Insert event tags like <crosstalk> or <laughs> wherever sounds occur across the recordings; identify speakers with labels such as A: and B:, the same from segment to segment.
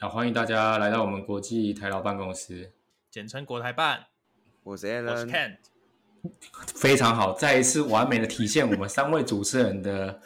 A: 那欢迎大家来到我们国际台劳办公室，
B: 简称国台办。
C: 我是
B: 我是
C: Alan，
B: Ken，
A: 非常好，再一次完美的体现我们三位主持人的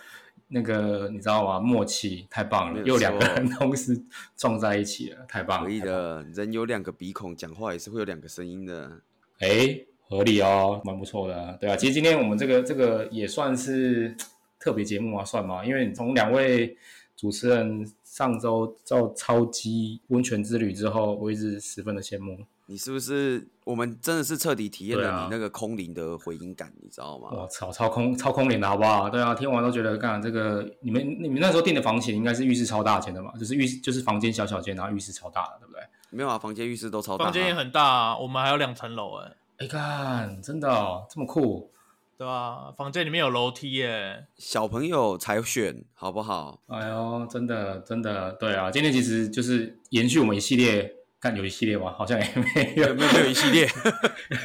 A: 那个你知道吗？默契太棒
C: 没
A: 了，
C: 有
A: 又两个
C: 错
A: 人同时撞在一起了，太棒了，
C: 可以
A: 太棒了，
C: 的。人有两个鼻孔，讲话也是会有两个声音的。
A: 哎，合理哦，蛮不错的啊、对啊，其实今天我们这个这个也算是特别节目啊，算吗？因为你从两位主持人上周到超级温泉之旅之后，我一直十分的羡慕。
C: 你是不是？我们真的是彻底体验
A: 对啊
C: 了你那个空灵的回音感，你知道吗？
A: 我哦操，超空超空灵的好不好？对啊，听完都觉得，干这个你们你们那时候订的房型应该是浴室超大间的嘛？就是浴室就是房间小小间，然后浴室超大的，对不对？
C: 没有啊，房间浴室都超大啊，
B: 房间也很大、啊，我们还有两层楼哎，
A: 哎，看真的、哦、这么酷
B: 对啊？房间里面有楼梯耶，
C: 小朋友才选，好不好？
A: 哎呦，真的真的，对啊，今天其实就是延续我们一系列，看有一系列吗？好像也没有
C: 有没有没有一系列？哎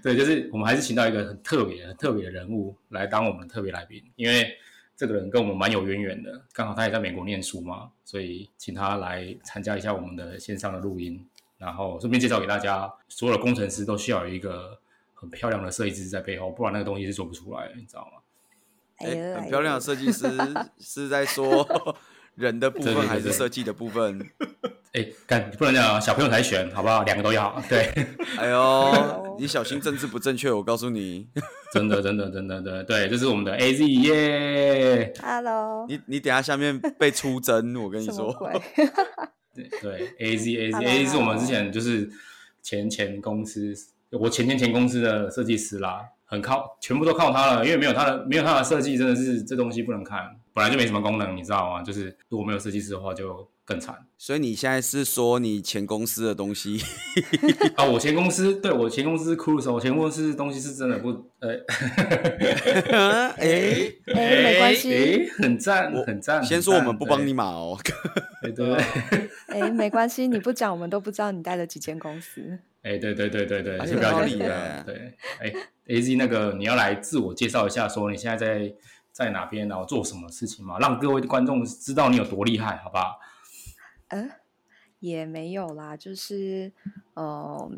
A: <laughs> 对，就是我们还是请到一个很特别、很特别的人物来当我们的特别来宾，因为这个人跟我们蛮有渊源的，刚好他也在美国念书嘛，所以请他来参加一下我们的线上的录音，然后顺便介绍给大家，所有的工程师都需要有一个很漂亮的设计师在背后，不然那个东西是做不出来的，你知道吗？
C: 哎、
D: 呦
C: 很漂亮的设计
D: <laughs>
C: 师是在说人的部
A: 对对
C: 分
A: 对
C: 还是
A: 对
C: 设计的部分？
A: 哎，干，不能这样啊，小朋友才选，好不好？两个都要，对。 <laughs>
C: 哎呦，你小心政治不正确，我告诉你，
A: 真的，真的，真的，对对，这是我们的 AZ 耶、
D: Hello，
C: 你你等一下下面被出征，我跟你
D: 什
C: 说，
D: 么鬼？ <laughs>
A: 对对，AZ AZ
D: Hello,
A: AZ 是我们
D: hello.
A: 之前就是前前公司，我前前前公司的设计师啦，很靠全部都靠他了，因为没有他的没有他的设计，真的是这东西不能看，本来就没什么功能，你知道吗？就是如果没有设计师的话，就更惨。
C: 所以你现在是说你前公司的东西
A: 啊，我前公司对我前公司 Cruise，我前哦公司东西是真的不呃，
C: 哎、
D: 哎、没关系，
A: 诶、很赞，
C: 我
A: 很赞。
C: 哎先
A: 很
C: 说我
A: 赞
C: 们不帮你，码哦，
A: 对对对对，
D: 哎、没关系，你
A: <laughs>
D: 不讲我们都不知道你待了几间公司。
A: 哎，对对对对对，
C: 而
A: 先
C: 且
A: 不要讲
D: 很合
A: 这
D: 理
A: 个
C: 耶。
A: 对，哎，A Z 那个你要来自我介绍一下，说你现在在在哪边，然后做什么事情嘛，让各位观众知道你有多厉害，好不好？
D: 呃，也没有啦，就是，呃，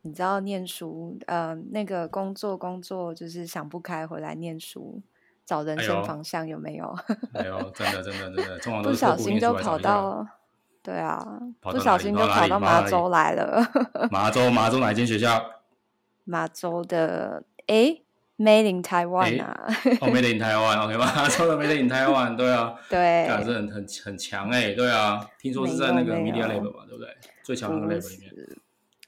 D: 你知道念书，呃，那个工作工作就是想不开，回来念书，找人
A: 哎呦
D: 生方向有没有？
A: 哎呦，真的真的真的，通常都
D: 不
A: 是
D: 小
A: 刻苦
D: 心
A: 念
D: 就
A: 书来
D: 跑
A: 找一下。
D: 到，对啊，
A: 跑
D: 不
A: 到
D: 小
A: 哪里
D: 心
A: 跑
D: 就
A: 到哪
D: 跑
A: 里跑
D: 到麻
A: 到哪
D: 州
A: 里
D: 来了。 <laughs>
A: 麻州，麻州哪一间学校？
D: 麻州的，哎，Made in Taiwan 啊， <laughs>
A: 哦，Made in Taiwan，OK 吗？麻州的 Made in Taiwan，对啊，
D: 对，
A: 感是很很很强哎，对啊，听说是在那个
D: 没有
A: Media
D: 没有
A: Lab 嘛，对不对？最强那个
D: 不
A: Lab 里面。
D: 是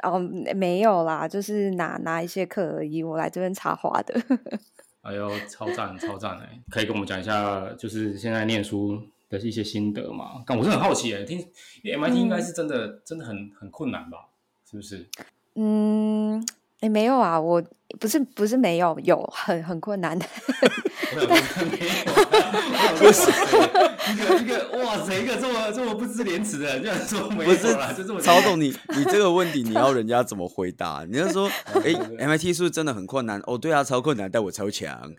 D: 哦，没有啦，就是拿拿一些课而已，我来这边插花的。 <laughs>
A: 哎呦，超赞超赞哎、可以跟我们讲一下，就是现在念书的一些心得嘛？但我是很好奇哎、听因为 MIT 应该是真的、真的很很困难吧？是不是？
D: 嗯，哎，没有啊，我不是不是没有，有很很困难的。
A: 我想说没有，不是一个一个哇塞，一个这么这么不知廉耻的人，居然说没
C: 不是
A: 有啦，就这么
C: 曹总，你你这个问题你要人家怎么回答？你要
D: <laughs>
C: 说，哎、m i t 是不是真的很困难？哦，对啊，超困难，但我超
D: <laughs>
C: 强，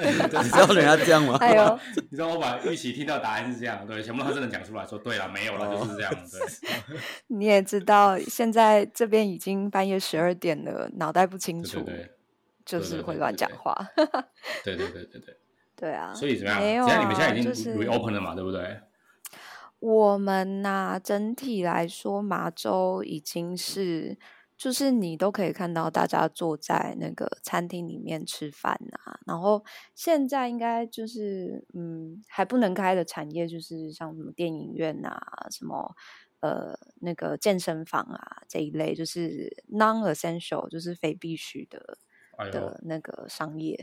C: 你知道人家这样
A: 哦
C: 吗？
D: 哎呦，
A: 你知道我把预期听到答案是这样，对，想不到他真的讲出来说对了，没有了，就是这样，对，
D: 你也知道，现在这边已经半夜十二点了，脑袋不清
A: 对
D: 楚
A: 对，对
D: 就
A: 对对
D: 是
A: 对
D: 会
A: 对
D: 乱
A: 对
D: 讲
A: 对
D: 话。 <laughs>
A: 对对对对对，
D: 对啊，
A: 所以怎么样？
D: 没有
A: 现在你们现在已
D: 啊
A: 经
D: 就是
A: reopen 了嘛，对不对？
D: 我们呐、整体来说，麻州已经是，就是你都可以看到大家坐在那个餐厅里面吃饭啊。然后现在应该就是，嗯，还不能开的产业就是像什么电影院啊，什么呃那个健身房啊这一类，就是 non essential，就是非必须的
A: 哎呦，
D: 的那个商业。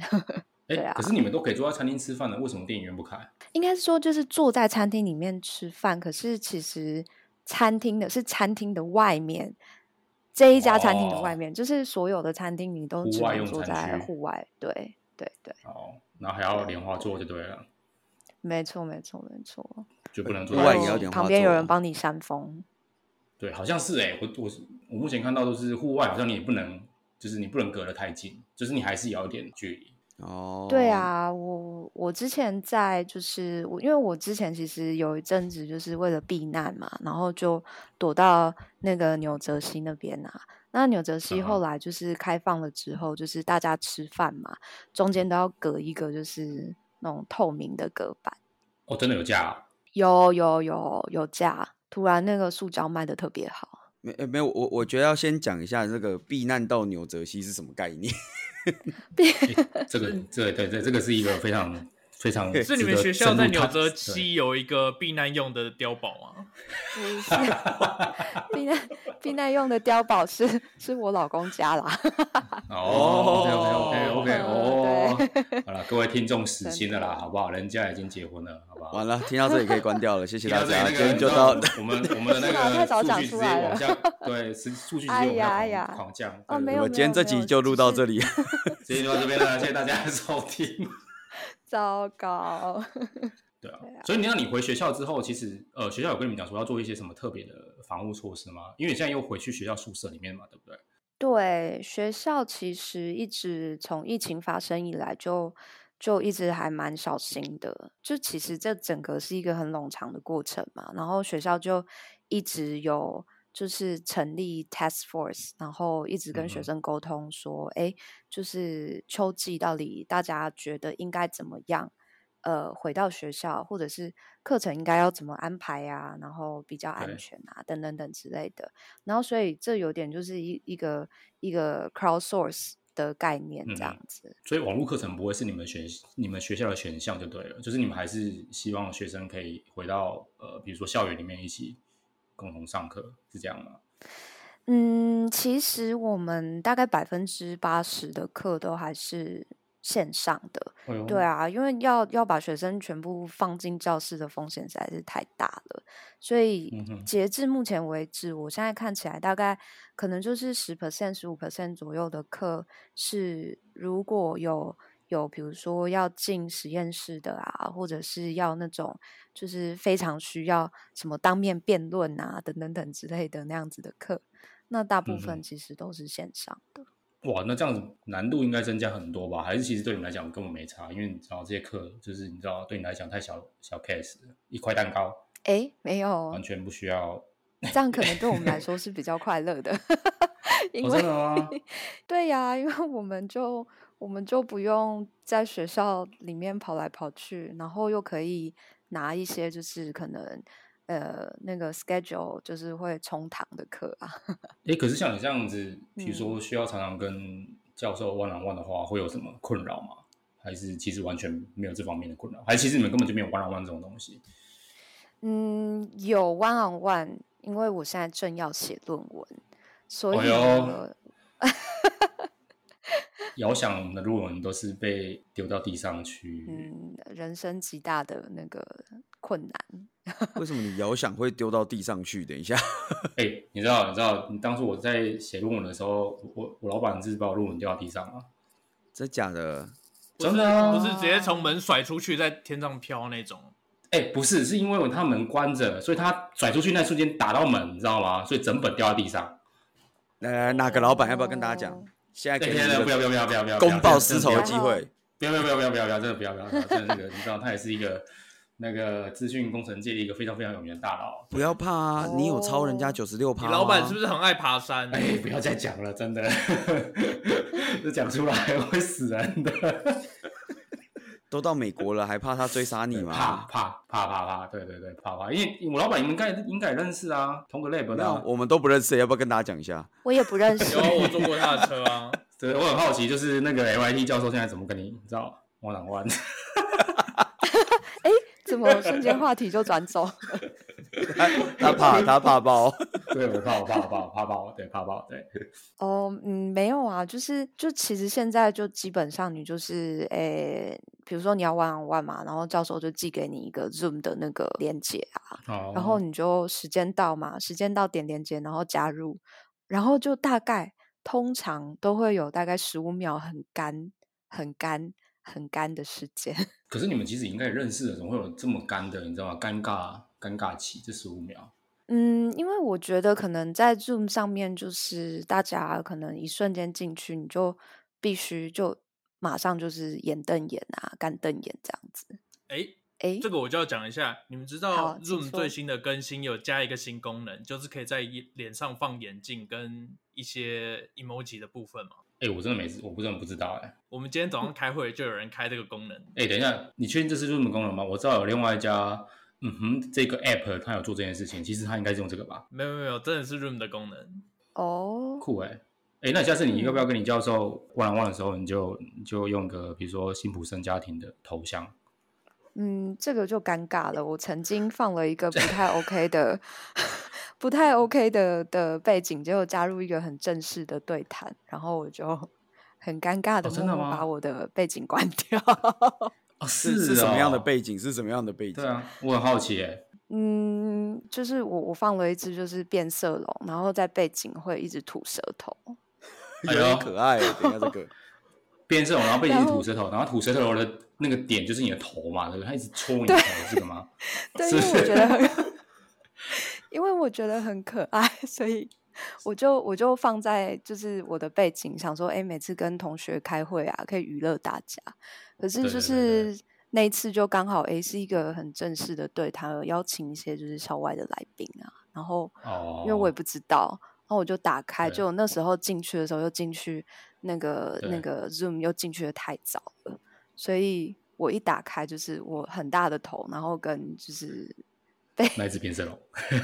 A: 哎、
D: 对啊
A: 可是你们都可以坐在餐厅吃饭的，为什么电影院不开？
D: 应该是说就是坐在餐厅里面吃饭，可是其实餐厅的是餐厅的外面，这一家餐厅的外
A: 哦
D: 面，就是所有的餐厅你都
A: 户
D: 只
A: 外
D: 能
A: 用
D: 坐
A: 餐
D: 在
A: 区
D: 户外。对对对，
A: 哦，然后还要莲花座就对了，
D: 没错没错没错。
A: 就不能坐
C: 户
A: 在
C: 外
A: 一
C: 也
A: 起
C: 要
D: 然后
C: 莲
D: 旁
C: 花
D: 边有
C: 座
D: 人
C: 啊
D: 帮你扇风，
A: 对，好像是哎、我我是我目前看到都是户外，好像你也不能，就是你不能隔得太近，就是你还是有一点距离。
C: 哦，
D: 对，啊，我我之前在就是我，因为我之前其实有一阵子就是为了避难嘛，然后就躲到那个纽泽西那边啊。那纽泽西
A: 嗯哼
D: 后来就是开放了之后，就是大家吃饭嘛，中间都要隔一个就是那种透明的隔板。
A: 哦，真的有价、啊，
D: 有有有有价，突然那个塑胶卖的特别好。
C: 没呃没有，我我觉得要先讲一下这个避难到纽泽西是什么概念。 <laughs>
A: 这
B: <laughs>
A: 个对对对，这个是一个非常非常
B: 是你
A: 值
B: 们
A: 得
B: 学校
A: 深
B: 在
A: 入
B: 纽
A: 探
B: 泽
A: 对
B: 西有一个避难用的碉堡吗？
D: 不是 <laughs> 避难避难用的碉堡是是我老公家啦。 <laughs>
A: 哦，OK OK
B: 嗯
D: 哦
A: OK 哦，好了，各位听众死心了啦，
D: 真的
A: 好不好？人家已经结婚了，好不好？
C: 完了，听到这里可以关掉了，谢谢
A: 听
C: 大
A: 到这里
C: 家，
A: 那
C: 今
A: 个
C: 天就
A: 你知
C: 到 <laughs>
A: 道。我们我们的
D: <laughs>
A: 那
D: 太早
A: 个数
D: 讲
A: 据直
D: 出
A: 接
D: 来了
A: 往下，对，是数据直
D: 哎
A: 接
D: 呀哎
A: 往下
D: 呀
A: 狂狂降。
D: 哦
A: 对
D: 没有
C: 我今天这集就录到这里，
A: 直接就到这边了，谢谢大家的收
D: <laughs>
A: 听。
D: 糟糕，
A: 对啊
D: 对啊，
A: 所以你让你回学校之后，其实呃，学校有跟你们讲说要做一些什么特别的防护措施吗？因为你现在又回去学校宿舍里面嘛，对不对？
D: 对，学校其实一直从疫情发生以来就。就一直还蛮小心的，就其实这整个是一个很冗长的过程嘛。然后学校就一直有就是成立 task force，然后一直跟
A: 嗯
D: 学
A: 哼
D: 生沟通说，哎、就是秋季到底大家觉得应该怎么样？呃，回到学校或者是课程应该要怎么安排啊？然后比较安
A: 对
D: 全啊，等等等之类的。然后所以这有点就是一一个一个 crowdsource 的概念
A: 嗯
D: 这
A: 哼
D: 样子。
A: 所以网络课程不会是你们选你们学校的选项就对了，就是你们还是希望学生可以回到呃，比如说校园里面一起共同上课，是这样吗？
D: 嗯，其实我们大概百分之八十的课都还是线上的，
A: 哎呦
D: 对，啊，因为要要把学生全部放进教室的风险实在是太大了，所以
A: 嗯哼
D: 截至目前为止，我现在看起来大概可能就是十 percent、十五 percent 左右的课是如果有有比如说要进实验室的啊，或者是要那种就是非常需要什么当面辩论啊等等等之类的那样子的课，那大部
A: 嗯
D: 分
A: 哼
D: 其实都是线上的。
A: 哇，那这样子难度应该增加很多吧？还是其实对你们来讲根本没差，因为你知道这些课就是你知道对你来讲太小小 case，了一块蛋糕
D: 诶，没有哦，
A: 完全不需要。
D: 这样可能对我们来说是比较快乐的，因
A: 哦，
D: 为、
A: 真的吗？
D: <laughs> 对呀、因为我们就我们就不用在学校里面跑来跑去，然后又可以拿一些就是可能呃那个 schedule 就是会冲堂的课啊， <laughs>
A: 诶，可是像你这样子，比如说
D: 嗯
A: 需要常常跟教授 one on one 的话，会有什么困扰吗？还是其实完全没有这方面的困扰？还是其实你们根本就没有 one on one 这种东西？
D: 嗯，有 one on one，因为我现在正要写论文，所
A: 哎
D: 以
A: 呦
D: 呢
A: 遥想我们的论文都是被丢到地上去，
D: 嗯，人生极大的那个困难。
C: <laughs> 为什么你遥想会丢到地上去？等一下，
A: 哎、你知道，你知道，你当初我在写论文的时候，我我老板是把我论文丢到地上啊，
C: 真假的？
B: 不是
A: 真的啊
B: 不是直接从门甩出去，在天上飘那种。
A: 哎、不是，是因为他门关着，所以他甩出去那瞬间打到门，你知道吗？所以整本掉到地上。
C: 来来，哪个老板要不要跟大家
D: 哦
C: 讲？现在
A: 哎、
C: 给你
A: 天哪，
C: 一
A: 不要
C: 个
A: 不要不要不要不要！
C: 公报私仇的
D: 这
C: 机
D: 样
C: 会。
A: 不要不要不要不要不要！真的不要不要不要！真的这个，你知道，他也是一个那个资讯工程界一个非常非常有名的大佬。
C: 不要怕啊，你有超人家
D: 哦
C: 九十六
B: 你
C: 趴。啊
B: 老板是不是很爱爬山？
A: 啊哎、不要再讲了，真的， <laughs> 这讲出来会死人的。
C: 都到美国了，还怕他追杀你
A: 怕
C: 吗？
A: 怕怕怕怕，对对对，怕怕，因为我老板你们应该应该也认识啊，同个 lab 的、
C: 那
A: 啊。
C: 我们都不认识，要不要跟大家讲一
D: <laughs>
C: 下？
D: 我也不
A: 哎
D: 认识
B: 有啊，我坐过他的车
A: <laughs>
B: 啊。
A: 对，我很好奇，就是那个 MIT 教授现在怎么跟你，你知道，弯两弯。
D: <laughs> 怎么瞬间话题就转走？
C: 他哎他怕他怕爆，
A: 对，我怕我怕我怕我怕爆，对，怕爆，对。
D: 哦，嗯，没有啊，就是就其实现在就基本上你就是诶，比如说你要 one on one 嘛，然后教授就寄给你一个 Zoom 的那个链接啊，
A: 哦
D: 然后你就时间到嘛，时间到点链接，然后加入，然后就大概通常都会有大概十五秒很干、很干、很干的时间。
A: 可是你们其实应该也认识了，怎么会有这么干的？你知道吗？尴尬尴尬期这十五秒，
D: 嗯，因为我觉得可能在 Zoom 上面，就是大家可能一瞬间进去，你就必须就马上就是眼瞪眼啊，干瞪眼这样子。
B: 哎，
D: 哎，
B: 这个我就要讲一下，你们知
D: 好
B: 道
D: 请
B: Zoom
D: 说
B: 最新的更新有加一个新功能，就是可以在脸上放眼镜跟一些 emoji 的部分吗？
A: 哎、我真的没知，我不真的不知道哎、
B: 我们今天早上开会就有人开这个功能，
A: 哎、等一下，你确定这是 Zoom 的功能吗？我知道有另外一家，嗯哼，这个 App 它有做这件事情，其实它应该是用这个吧？
B: 没有没有，真的是 Room 的功能。
D: 哦，
A: 酷哎、哎、那下次你
D: 嗯
A: 要不要跟你教授 one on one 的时候，你就你就用个比如说辛普森家庭的头像，
D: 嗯，这个就尴尬了。我曾经放了一个不
A: <laughs>
D: 太 OK 的、不太 OK 的的背景，结果加入一个很正式的对谈，然后我就很尴尬
A: 哦
D: 的默
A: 真的
D: 默把
A: 吗
D: 我的背景关 <laughs> 掉。
A: 哦，
C: 是
A: 是
C: 是什么样的
A: 哦？
C: 背景？是什么样的背景
A: 对？啊，我很好奇哎、
D: 嗯，就是我我放了一只就是变色龙，然后在背景会一直吐舌
A: <laughs>
D: 头。
A: 哎
C: 有
A: 呦
C: 点可爱。啊等一下这个，
A: 变色龙，然后被你
D: 然后
A: 吐舌头，然后吐舌头的那个点就是你的头嘛，对不对？它一直戳你的头，这个吗？
D: 对，
A: 是
D: 因为我觉
A: <laughs>
D: 得很，因为我觉得很可爱， <laughs> 所以我就我就放在就是我的背景，想说，哎，每次跟同学开会啊，可以娱乐大家。可是
A: 对
D: 就
A: 对对
D: 是那一次就刚好，哎，是一个很正式的对谈，有邀请一些就是校外的来宾啊，然后
A: 哦，
D: 因为我也不知道。然后我就打开，
A: 对
D: 就我那时候进去的时候又进去那个那
A: 对
D: 个 Zoom 又进去的太早了，所以我一打开就是我很大的头，然后跟就是 <laughs>
A: 那一只变色龙，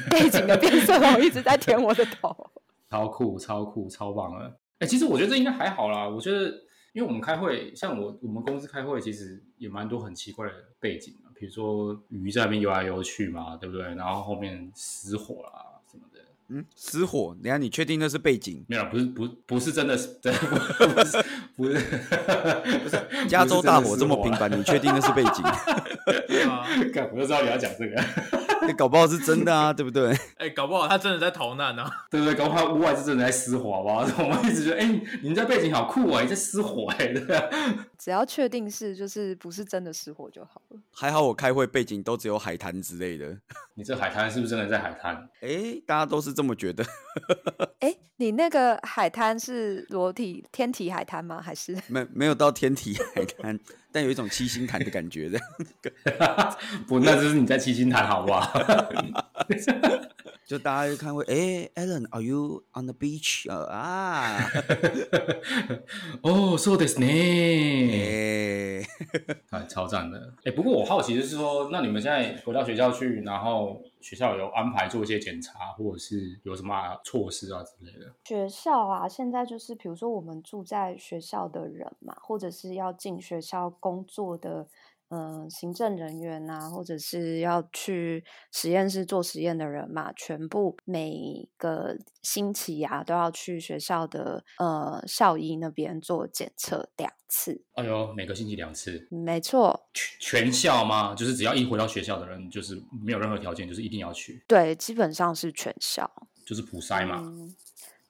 D: 背景的变色龙一直在舔我的头。
A: 超酷，超酷，超棒了！哎、其实我觉得这应该还好啦。我觉得，因为我们开会，像我我们公司开会，其实也蛮多很奇怪的背景啊，比如说鱼在那边游来游去嘛，对不对？然后后面失火啦什么的，
C: 嗯，失火。等一下你确定那是背景？
A: 没有啦，不是不不是真的是，真的不是不是不是
C: 加州大火这么频
A: 频繁。
C: 繁，你确定那是背景？
B: 对啊，
A: <laughs> 干我就知道你要讲这个，
C: 那哎搞不好是真的啊，对不对？
B: 哎、搞不好他真的在逃难啊！
A: 对不对？搞不好屋外是真的在失火，好不好？ <laughs> 我们一直觉得，哎、你们家背景好酷啊，你在失火哎、对啊
D: 只要确定是就是不是真的失火就好了。
C: 还好我开会背景都只有海滩之类的。
A: 你这海滩是不是真的在海滩？ <laughs>
C: 诶，大家都是这么觉得。
D: 哎，你那个海滩是裸体天体海滩吗？还是
C: 没没有到天体海滩，但有一种七星潭的感觉。这样，
A: 不，那就是你在七星潭，好不好？ <laughs>
C: 就大家就看会，诶 a l a n a r e you on the beach？呃啊，
A: 哦，说的是呢，
C: 诶，
A: 哎，超赞的。哎、不过我好奇就是说，那你们现在回到学校去，然后学校有安排做一些检查，或者是有什么措施啊之类的？
D: 学校啊？现在就是比如说我们住在学校的人嘛，或者是要进学校工作的。嗯，行政人员啊，或者是要去实验室做实验的人嘛，全部每个星期啊都要去学校的呃校医那边做检测两次。
A: 哎呦，每个星期两次，
D: 没错，
A: 全全校吗？就是只要一回到学校的人，就是没有任何条件，就是一定要去，
D: 对，基本上是全校。
A: 就是普筛嘛。
D: 嗯，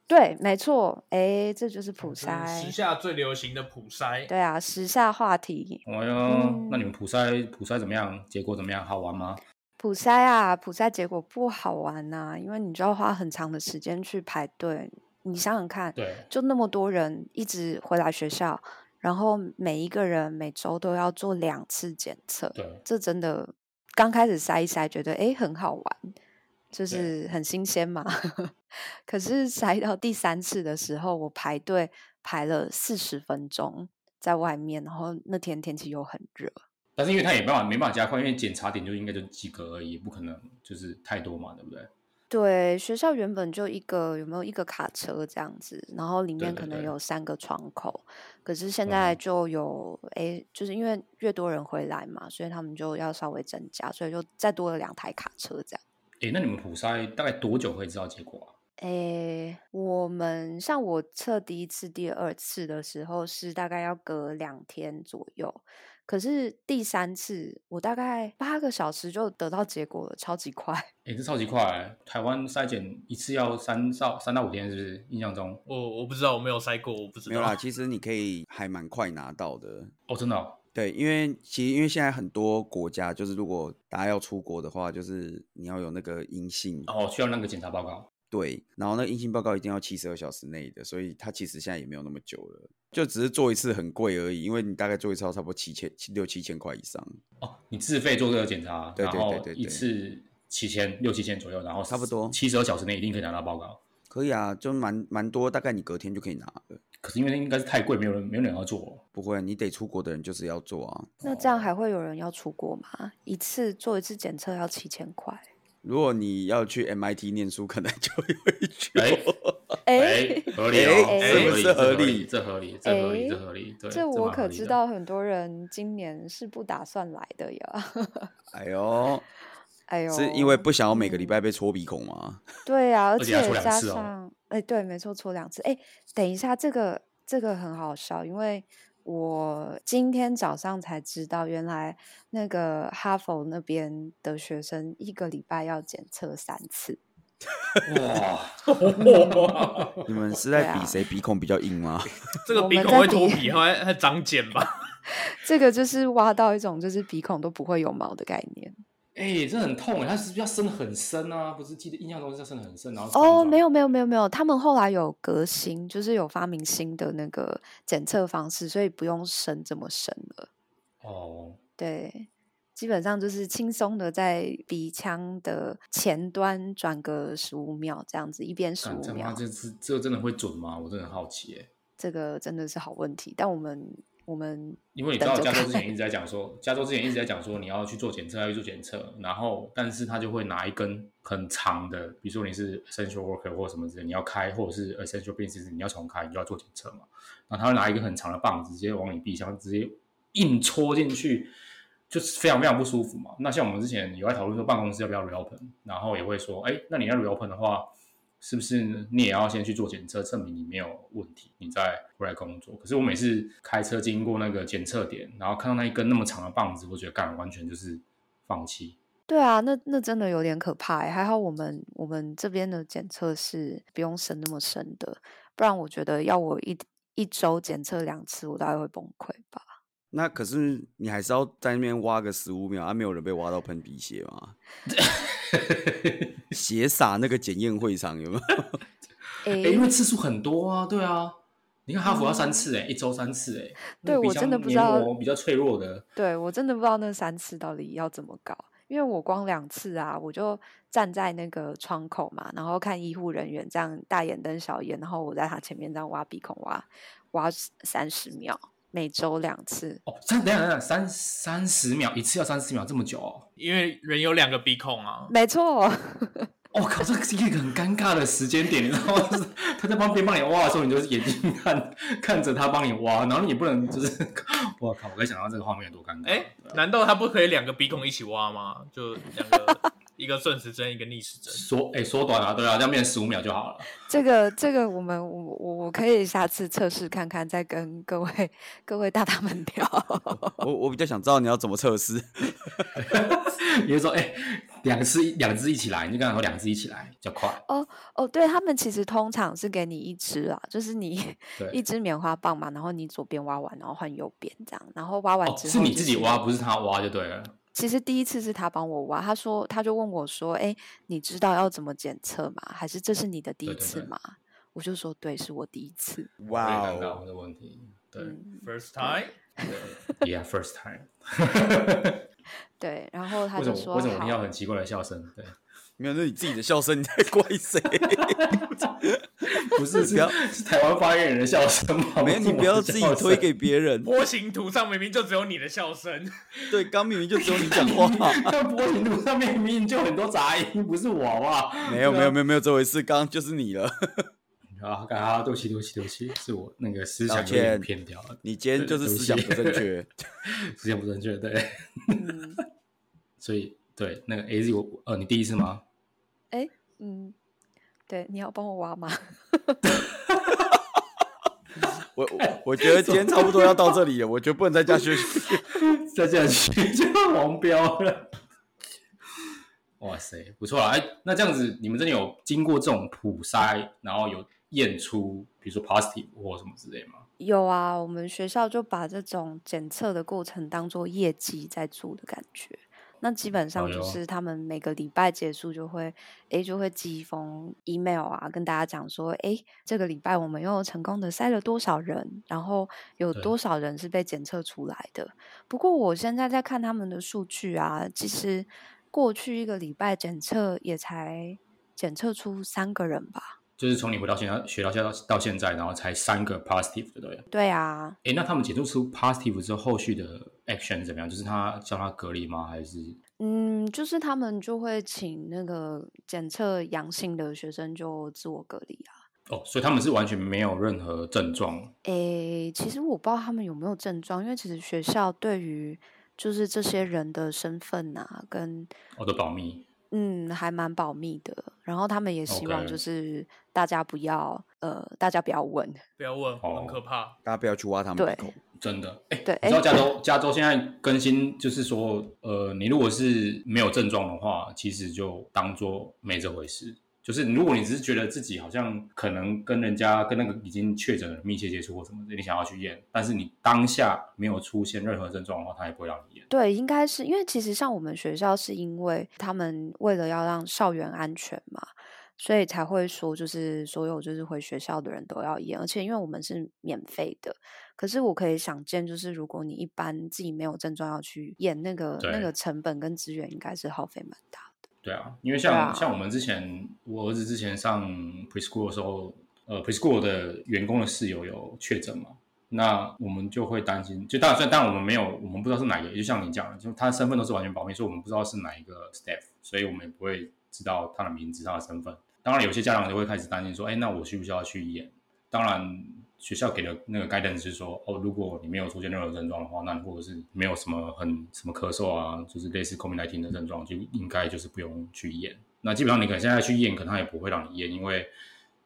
D: 对，没错，哎，这就是普
B: 嗯时
D: 筛。
B: 下最流行的普筛，
D: 对啊，时下话题，
A: 哎呦，
D: 嗯
A: 那你们普筛普筛怎么样？结果怎么样？好玩吗？
D: 普筛啊，普筛结果不好玩呐、因为你就要花很长的时间去排队。你想想看，
A: 对，
D: 就那么多人一直回来学校，然后每一个人每周都要做两次检测，
A: 对，
D: 这真的刚开始筛一筛，觉得诶很好玩，
A: 对
D: 就是很新鲜嘛。 <laughs> 可是筛到第三次的时候，我排队排了四十分钟在外面，然后那天天气又很热，
A: 但是因为他也没办法没办法加快，因为检查点就应该就及格而已，不可能就是太多嘛，对不对？
D: 对，学校原本就一个有没有一个卡车这样子，然后里
A: 对
D: 面
A: 对
D: 可能
A: 对
D: 有三个窗口，可是现
A: 嗯
D: 在就有诶，就是因为越多人回来嘛，所以他们就要稍微增加，所以就再多了两台卡车这样。
A: 诶，那你们普筛大概多久会知道结果啊？
D: 诶，我们像我测第一次、第二次的时候是大概要隔两天左右，可是第三次我大概八个小时就得到结果了，超级快。
A: 诶，这超级快、台湾筛检一次要三到三到五天，是不是？印象中
B: 我我不知道，我没有筛过，我不知
C: 没有啦，
B: <laughs> 道。
D: <laughs>
C: 其实你可以还蛮快拿到的。
A: 哦，真的、哦，
C: 对，因为其实因为现在很多国家就是，如果大家要出国的话，就是你要有那个阴性，
A: 哦哦，需要那个检查报告。
C: 对，然后那个阴性报告一定要七十二小时内的，所以它其实现在也没有那么久了，就只是做一次很贵而已，因为你大概做一次要差不多七千七六七千块以上，
A: 哦，你自费做这个检查，
C: 对对对
A: 然后
C: 对对
A: 一次七千六七千左右，然后
C: 差不多
A: 七十二小时内一定可以拿到报告。
C: 可以啊，就蛮蛮多，大概你隔天就可以拿了。
A: 可是因为那应该是太贵，没有人没有人要
C: <laughs>
A: 做。哦
C: 不会，啊你得出国的人就是要做啊。
D: 那这样还会有人要出国吗？一次做一次检测要七千块？
C: 如果你要去 MIT 念书，可能就会去。
A: <laughs> 哎
D: 哎、
A: 哎，合理哦，
D: 哎
A: 这
C: 是不是
A: 合理，
C: 合理
A: 这合理，这合
D: 哎
A: 理，这合理，对，
D: 这
A: 蛮
D: 我
A: 合
D: 可
A: 理
D: 知
A: 的。
D: 道，很多人今年是不打算来的呀。 <laughs>
C: 哎呦，
D: 哎呦，
C: 是因为不想要每个礼
D: 嗯
C: 拜被戳鼻孔吗？
D: 对啊，而
A: 而且还
D: 且
A: 搓两
D: 加
A: 次哦
D: 上，哎、对，没错，搓两次。哎、等一下，这个这个很好笑，因为我今天早上才知道，原来那个哈佛那边的学生一个礼拜要检测三次。
A: 哇，
C: 你们是
D: 对
C: 在
D: 啊
C: 比谁鼻孔比较硬吗？
B: 这个
D: 我
B: 鼻
D: 们
B: 孔
D: 在
B: 会脱
D: 比
B: 皮，还还长茧吧？ <laughs>
D: 这个就是挖到一种就是鼻孔都不会有毛的概念。
A: 哎，这很痛哎，它是不是要深很深啊？不是，记得印象中是要深很深，然后
D: 哦，没有没有没有没有，他们后来有革新，就是有发明新的那个检测方式，所以不用深这么深了。
A: 哦，
D: 对，基本上就是轻松的在鼻腔的前端转个十五秒，这样子一边十
A: 干
D: 五
A: 他妈
D: 秒，
A: 这是这真的会准吗？我真的很好奇哎，
D: 这个真的是好问题。但我们我们
A: 因为你知
D: 等
A: 道
D: 着
A: 加州之
D: 看
A: 前一直在讲说，加州之前一直在讲说你要去做检测，要去做检测，然后但是他就会拿一根很长的，比如说你是 essential worker 或什么之类，你要开或者是 essential business 你要重开，你就要做检测嘛。然后他会拿一个很长的棒子，直接往你鼻腔直接硬戳进去，就是非常非常不舒服嘛。那像我们之前有在讨论说办公室要不要 reopen，然后也会说，哎，那你要 reopen 的话，是不是你也要先去做检测，证明你没有问题，你再回来工作？可是我每次开车经过那个检测点，然后看到那一根那么长的棒子，我觉得干完全就是放弃。
D: 对啊，那那真的有点可怕欸。还好我们我们这边的检测是不用深那么深的，不然我觉得要我一一周检测两次，我大概会崩溃吧。
C: 那可是你还是要在那边挖个十五秒，啊，没有人被挖到喷鼻血吗？ <laughs> 血洒那个检验会场有没有？ <laughs>
A: 哎、
D: 诶、
A: 因为次数很多啊，对啊，你看哈佛要三次哎、一周三次哎、那
D: 嗯对
A: 个鼻
D: 我真的
A: 腔
D: 不知道
A: 黏膜比较脆弱的，
D: 对我真的不知道那三次到底要怎么搞，因为我光两次啊，我就站在那个窗口嘛，然后看医护人员这样大眼瞪小眼，然后我在他前面这样挖鼻孔挖挖三十秒，每周两次。
A: 哦，三等一下等一下三三十秒一次要三十秒这么久哦，
B: 因为人有两个鼻孔啊，
D: 没错，
A: 我、靠，这个哦是一个很尴尬的时间点，你知道吗？就是他在帮别人帮你挖的时候，你就是眼睛看看着他帮你挖，然后你也不能就是，我靠，我可以想到这个画面有多尴尬。
B: 哎
A: 对，啊
B: 难道他不可以两个鼻孔一起挖吗？就两个，一个顺时针，一个逆时针。
A: 缩哎缩短啊，对啊，这样变十五秒就好了。 <laughs>
D: 这个这个我们我我我可以下次测试看看，再跟各位各位大大们 <laughs> 聊。
C: 我我比较想知道你要怎么测试。
A: 你就说哎，两只两只一起来，你就跟他说两只一起来比较快。
D: 哦，对他们其实通常是给你一支啦，就是你
A: 对哦
D: 一支棉花棒嘛，然后你左边挖完，然后换右边这样，然后挖完
A: 哦，
D: 之后、
A: 是你自己挖，。不是他挖就对了。
D: 其实第一次是他帮我挖，他说他就问我说：“哎，你知道要怎么检测吗？还是这是你的第一
A: 对对
D: 次
A: 对
D: 吗？”我就说：“对，是我第一次。
A: 我
C: 哇
A: 也尴尬
C: 哦，
A: 我的问题。”对
D: 嗯，
B: First time，
A: ，Yeah，first time。
D: 对。然后他
A: 为什
D: 就
A: 么
D: 说：“
A: 为什么听到
D: 好。
A: 很奇怪的笑声？对，
C: 没有，那你自己的笑声，你在怪谁？ <laughs>
A: 不是
C: 不
A: 是
C: 要
A: 是台湾发言人的笑声吗？
C: 没有，你不要自己推给别人。
B: 波形图上明明就只有你的笑声。 <laughs>
C: 对，刚明明就只有你讲话。
A: <laughs> 那波形路上面明明就很多杂音，不是我好不好？
C: <laughs> 没有，没有，没有，没有这回事，刚刚就是你 <laughs> 了。
A: 啊，刚刚对不起，对不起，对不起，是我那个思想有
C: 道
A: 点
C: 歉
A: 偏掉了，
C: 你今天就是思想不正确。
A: 思想不正确，对，
D: 嗯
A: 所以对那个 A Z 我呃，你第一次吗？
D: 哎，嗯，对，你要帮我挖吗？
C: 我我我觉得今天差不多要到这里了，我觉得不能再加下去。
A: 再这样去 <laughs> 就要黄标了。哇塞，不错啦！哎，那这样子，你们真的有经过这种普筛，然后有验出，比如说 positive 或什么之类吗？
D: 有啊，我们学校就把这种检测的过程当做业绩在做的感觉。那基本上
A: 哎
D: 就
A: 呦
D: 是他们每个礼拜结束就会，诶，就会寄一封 email 啊，跟大家讲说，诶，这个礼拜我们又成功的筛了多少人，然后有
A: 对
D: 多少人是被检测出来的。不过我现在在看他们的数据啊，其实过去一个礼拜检测也才检测出三个人吧。
A: 就是从你回到现在学到现在到现在，然后才三个 positive，对不对？
D: 对啊，
A: 诶，那他们解读出 positive 之后，后续的 action 怎么样？就是他叫他隔离吗？还是
D: 嗯，就是他们就会请那个检测阳性的学生就自我隔离啊。
A: 哦，所以他们是完全没有任何症状，
D: 诶，其实我不知道他们有没有症状，因为其实学校对于就是这些人的身份啊，跟
A: 哦，都保密。
D: 嗯还蛮保密的。然后他们也希望
A: OK
D: 就是大家不要呃，大家不要问。
B: 不要问，
A: 哦
B: 很可怕。
C: <laughs> 大家不要去挖他们
D: 对
C: 鼻孔。
A: 真的，哎、
D: 对
A: 你知道
D: 诶
A: 加州加州现在更新就是说，呃，你如果是没有症状的话，其实就当做没这回事。就是如果你只是觉得自己好像可能跟人家跟那个已经确诊的人密切接触或什么的，你想要去验，但是你当下没有出现任何症状的话，他也不会让你验。
D: 对，应该是因为其实像我们学校是因为他们为了要让校园安全嘛，所以才会说就是所有就是回学校的人都要验，而且因为我们是免费的，可是我可以想见，就是如果你一般自己没有症状要去验，那个那
A: 对
D: 个成本跟资源应该是耗费蛮大的。
A: 对啊，因为像、
D: 对啊
A: 像我们之前，我儿子之前上 preschool 的时候，呃，preschool 的员工的室友有确诊嘛，那我们就会担心，就当然虽然当然我们没有，我们不知道是哪一个，就像你讲的，就他身份都是完全保密，所以我们不知道是哪一个 staff，所以我们也不会知道他的名字、他的身份。当然，有些家长就会开始担心说，哎，那我需不需要去验？当然，学校给的那个 guidance 是说，哦，如果你没有出现任何症状的话，那你或者是没有什么很什么咳嗽啊，就是类似 COVID-19 的症状，就应该就是不用去验。那基本上你可能现在去验，可能他也不会让你验，因为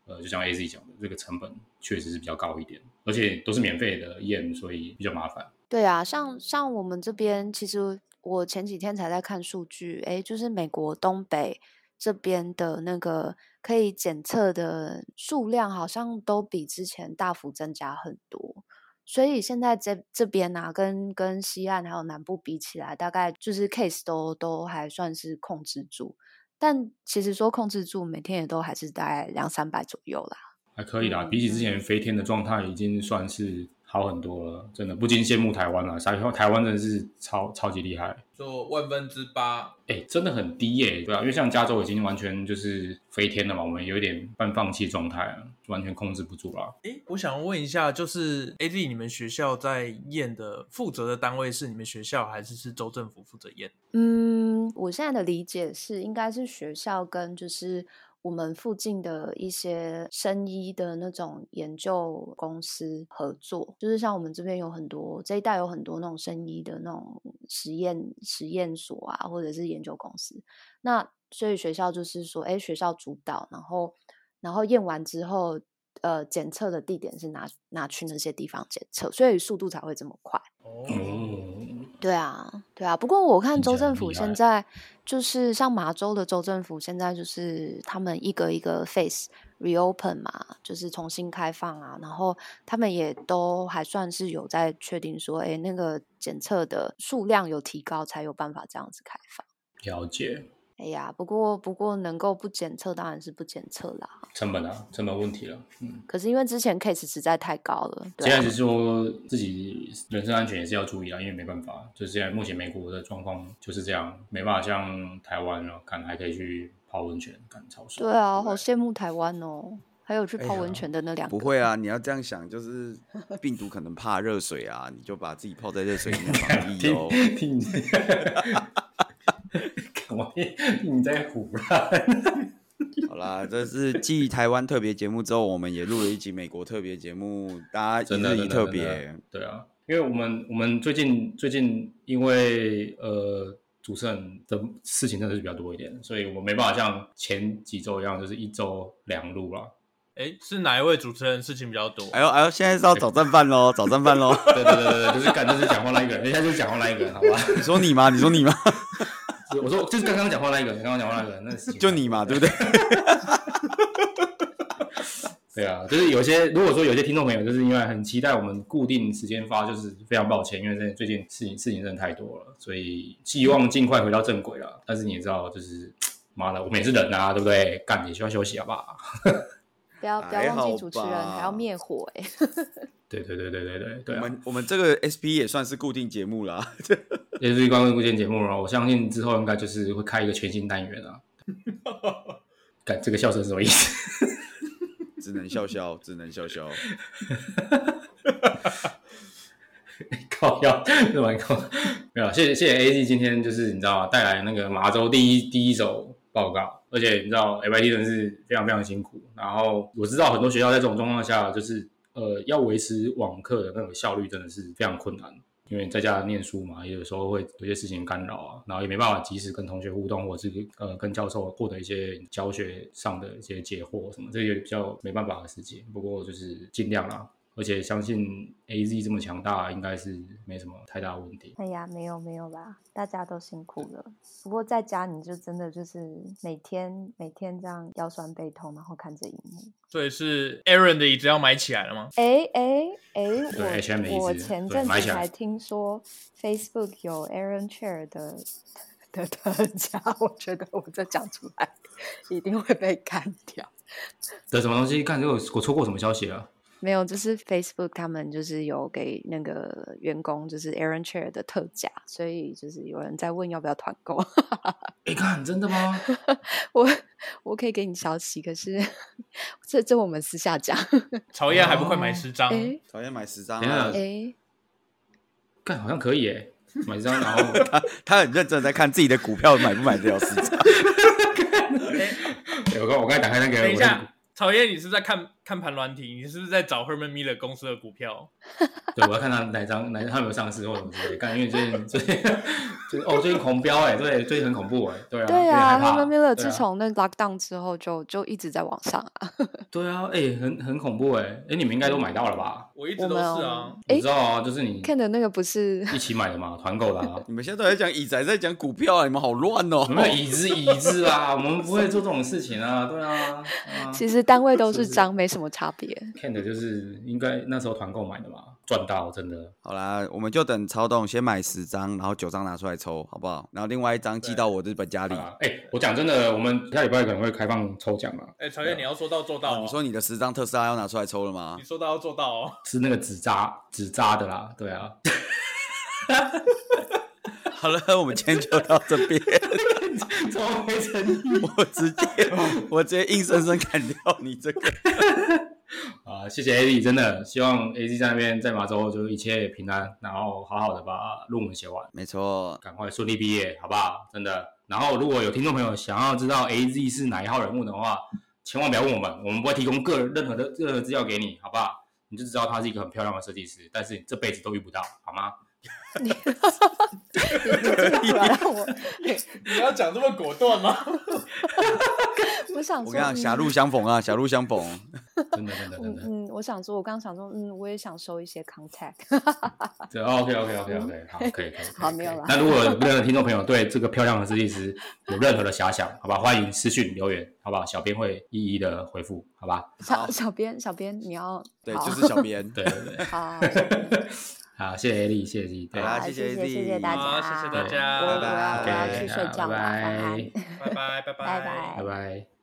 A: 呃，就像 A Z 讲的，这个成本确实是比较高一点，而且都是免费的验，所以比较麻烦。
D: 对啊，像像我们这边，其实我前几天才在看数据，诶，就是美国东北这边的那个可以检测的数量，好像都比之前大幅增加很多。所以现在这这边啊，跟跟西岸还有南部比起来，大概就是 case 都都还算是控制住，但其实说控制住，每天也都还是大概两三百左右啦。
A: 还可以啦，
D: 嗯
A: 比起之前飞天的状态，已经算是好很多了。真的不禁羡慕台湾了，台湾台湾真的是超超级厉害。
E: 就万分之八，
A: 哎、真的很低耶、对啊，因为像加州已经完全就是飞天了嘛，我们有一点半放弃状态了，完全控制不住了。
B: 诶，我想问一下，就是 A D 你们学校在验的负责的单位是你们学校还是是州政府负责验？
D: 嗯，我现在的理解是，应该是学校跟就是我们附近的一些生医的那种研究公司合作，就是像我们这边有很多这一带有很多那种生医的那种实验实验所啊，或者是研究公司。那所以学校就是说，哎，学校主导，然后然后验完之后，呃，检测的地点是拿拿去那些地方检测，所以速度才会这么快。
B: 哦
D: 嗯
A: 哦，
D: 对啊，对啊。不过我看
A: 听起
D: 州
A: 来很
D: 政府
A: 厉
D: 现
A: 害
D: 在就是像麻州的州政府，现在就是他们一个一个 face reopen 嘛，就是重新开放啊。然后他们也都还算是有在确定说，哎，那个检测的数量有提高，才有办法这样子开放。
A: 了解，
D: 哎呀，不过不过能够不检测当然是不检测啦。
A: 成本啊，成本问题了。嗯，
D: 可是因为之前 case 实在太高了，对、
A: 现
D: 啊
A: 在，是说自己人身安全也是要注意啊，因为没办法，就是现在目前美国的状况就是这样，没办法像台湾了，看还可以去泡温泉，看超爽。
D: 对啊，
A: 不
D: 好羡慕台湾哦，还有去
C: 哎
D: 泡温
C: 呀
D: 泉的那两个，
C: 不会啊，你要这样想，就是病毒可能怕热水啊，你就把自己泡在热水里面防疫 <laughs> 哦。
A: 听听你， <laughs> 干嘛听你在胡乱？
C: 好啦，这是继台湾特别节目之后，我们也录了一集美国特别节目，大家一
A: 真的
C: 日
A: 真
C: 一
A: 的真
C: 特
A: 的
C: 别。
A: 对啊，因为我们我们最近最近因为呃主持人的事情真的是比较多一点，所以我们没办法像前几周一样，就是一周两路啦。
B: 诶，是哪一位主持人事情比较多？
C: 哎呦哎呦，现在是要早战饭 <laughs> 喽，早战饭喽！
A: 对对对对对，就是干就是讲话那一个人，人家就是讲话那一个人，好吧？ <laughs>
C: 你说你吗？你说你 <laughs> 吗？
A: 是我说就是刚刚讲话那一个人，刚刚讲话那一个人，那是
C: 就你嘛，对不对？
A: 对啊，就是有些如果说有些听众朋友就是因为很期待我们固定时间发，就是非常抱歉，因为这最近事情事情真的太多了，所以希望尽快回到正轨了。但是你也知道，就是妈的，我们也是人啊，对不对？干也需要休息，好不好？
D: 不要不
C: 还
D: 要忘
C: 好
D: 记主持人还
C: 吧
D: 要灭火哎、
A: 对对对对对对对、
C: 我
A: 啊，
C: 们我们这个 SP 也算是固定节目啦。
A: 也是关于固件节目了。我相信之后应该就是会开一个全新单元啊。干这个笑声是什么意思？ <laughs>
C: 只能笑笑，只能笑笑。
A: 靠腰，是蛮靠。 <laughs> 没有啦，谢谢谢谢 A G 今天就是你知道吗，带来那个麻州第一第一手报告，而且你知道 F I T 真的是非常非常辛苦。然后我知道很多学校在这种状况下，就是呃要维持网课的那种效率真的是非常困难，因为在家念书嘛，也有时候会有些事情干扰啊，然后也没办法及时跟同学互动，或者是呃跟教授获得一些教学上的一些解惑什么，这也比较没办法的事情。不过就是尽量啦。而且相信 A Z 这么强大，应该是没什么太大问题。
D: 哎呀，没有没有啦，大家都辛苦了。不过在家你就真的就是每天每天这样腰酸背痛，然后看着荧幕。
B: 所以是 Aaron 的椅子要买起来了吗？
D: 哎哎哎，
A: H&M 的
D: 我我
A: 椅子
D: 前
A: 对
D: 阵
A: 买
D: 子
A: 起来
D: 才听说 Facebook 有 Aaron Chair 的的特价， <laughs> 我觉得我这讲出来一定会被干掉。
A: 得什么东西？看这个我我错过什么消息了？
D: 没有，就是 Facebook 他们就是有给那个员工就是 Aaron Chair 的特价，所以就是有人在问要不要团购。
A: 哎，看真的
B: <laughs>
A: 吗？
D: 我我可以给你消息，可是这这我们私下讲。
B: 曹燕还不快买十 <laughs> 张？
D: 哎
C: 讨厌买十张
A: 等一下
C: 啊，
D: 哎，
A: 看好像可以哎，买一张，然
B: <laughs>
A: 后
C: 他很认真地在看自己的股票买不买得了十张。
A: 哎我刚我刚才打开那个，
B: 等一
A: 我
B: 下，曹燕，你是在看看盘软体？你是不是在找 Herman Miller 公司的股票？
A: 在，对，我要看他哪张哪他有没有上市或者什么之类的。看，因为最近最近就是哦，最近狂飙哎，对，最近很恐怖哎，对啊，有
D: 对
A: 点
D: 啊
A: 害怕
D: ，Herman Miller
A: 对
D: 自
A: 啊
D: 从那 lockdown 之后就，就一直在往上啊。
A: 对啊，哎，很很恐怖哎，哎，你们应该都买到了吧？
B: 我一直
D: 我
B: 都
D: 们
B: 是
D: 哦
B: 啊。
A: 我
D: 哎
A: 知道啊，就是你
D: 看的那个不是
A: 一起买的嘛，团购的
D: <laughs>
A: 啊。
C: <laughs> 你们现在都在讲椅子，还在讲股票啊？你们好乱哦！
A: 我们有椅子椅子啊，我们不会做这种事情啊，对啊。啊
D: 其实单位都
A: 是不
D: 是
A: 是
D: 章，没什么差别。
A: 看的就是应该那时候团购买的嘛，赚到真的。
C: 好啦，我们就等曹董先买十张，然后九张拿出来抽，好不好？然后另外一张寄到我日本家里。
A: 啊，哎、我讲真的，我们下礼拜可能会开放抽奖啊，
B: 哎，曹燕，你要说到做到
C: 哦
B: 哦。
C: 你说你的十张特斯拉要拿出来抽了吗 <laughs>
B: 你？说到要做到哦。
A: 是那个纸扎纸扎的啦，对啊， <laughs>
C: 好了，我们今天就到这边，
A: 超没诚意
C: 我直接我直接硬生生砍掉你这个。
A: 啊！谢谢 AD，真的希望 AD 在那边在马州就一切平安，然后好好的把论文写完，
C: 没错，
A: 赶快顺利毕业，好不好？真的。然后如果有听众朋友想要知道 AZ 是哪一号人物的话，千万不要问我们，我们不会提供个人任何的任何资料给你，好不好？你就知道他是一个很漂亮的设计师，但是你这辈子都遇不到，好吗？
D: 你你这个突然让我，
B: <laughs> 你要讲这么果断吗？
D: 我想
C: 我
D: 说，
C: 跟你讲，
D: 嗯
C: 狭路相逢啊，狭路相逢。
A: 真的，真的，真
D: <laughs> 嗯
A: 的。
D: 嗯，我想说，我刚刚想说，嗯，我也想收一些 contact。
A: 对，OK，OK，OK，OK，、好，哦可以，可以，可以
D: 好没有啦
A: 那如果有任何听众朋友对这个漂亮的设计师有任何的遐想，好吧，欢迎私讯留言，好吧，小编会一一的回复， <laughs> 好吧？
D: 小小编，小编，你要
C: 对，
D: 好
C: 就是小编。
A: 对对对， <laughs>
D: 好，好小编
A: 好，谢谢 A 谢谢 A 对，
C: 好啦
D: 好
C: 谢
D: 谢
C: 谢
D: 谢
C: AZ
D: 谢谢大
B: 好
D: 家，
B: 谢谢大
A: 对
B: 家
D: 我我
C: 拜
D: 要我要
C: 拜
D: 去睡觉了，晚安，
A: 拜
B: <laughs> 拜拜拜
D: 拜拜
A: 拜拜。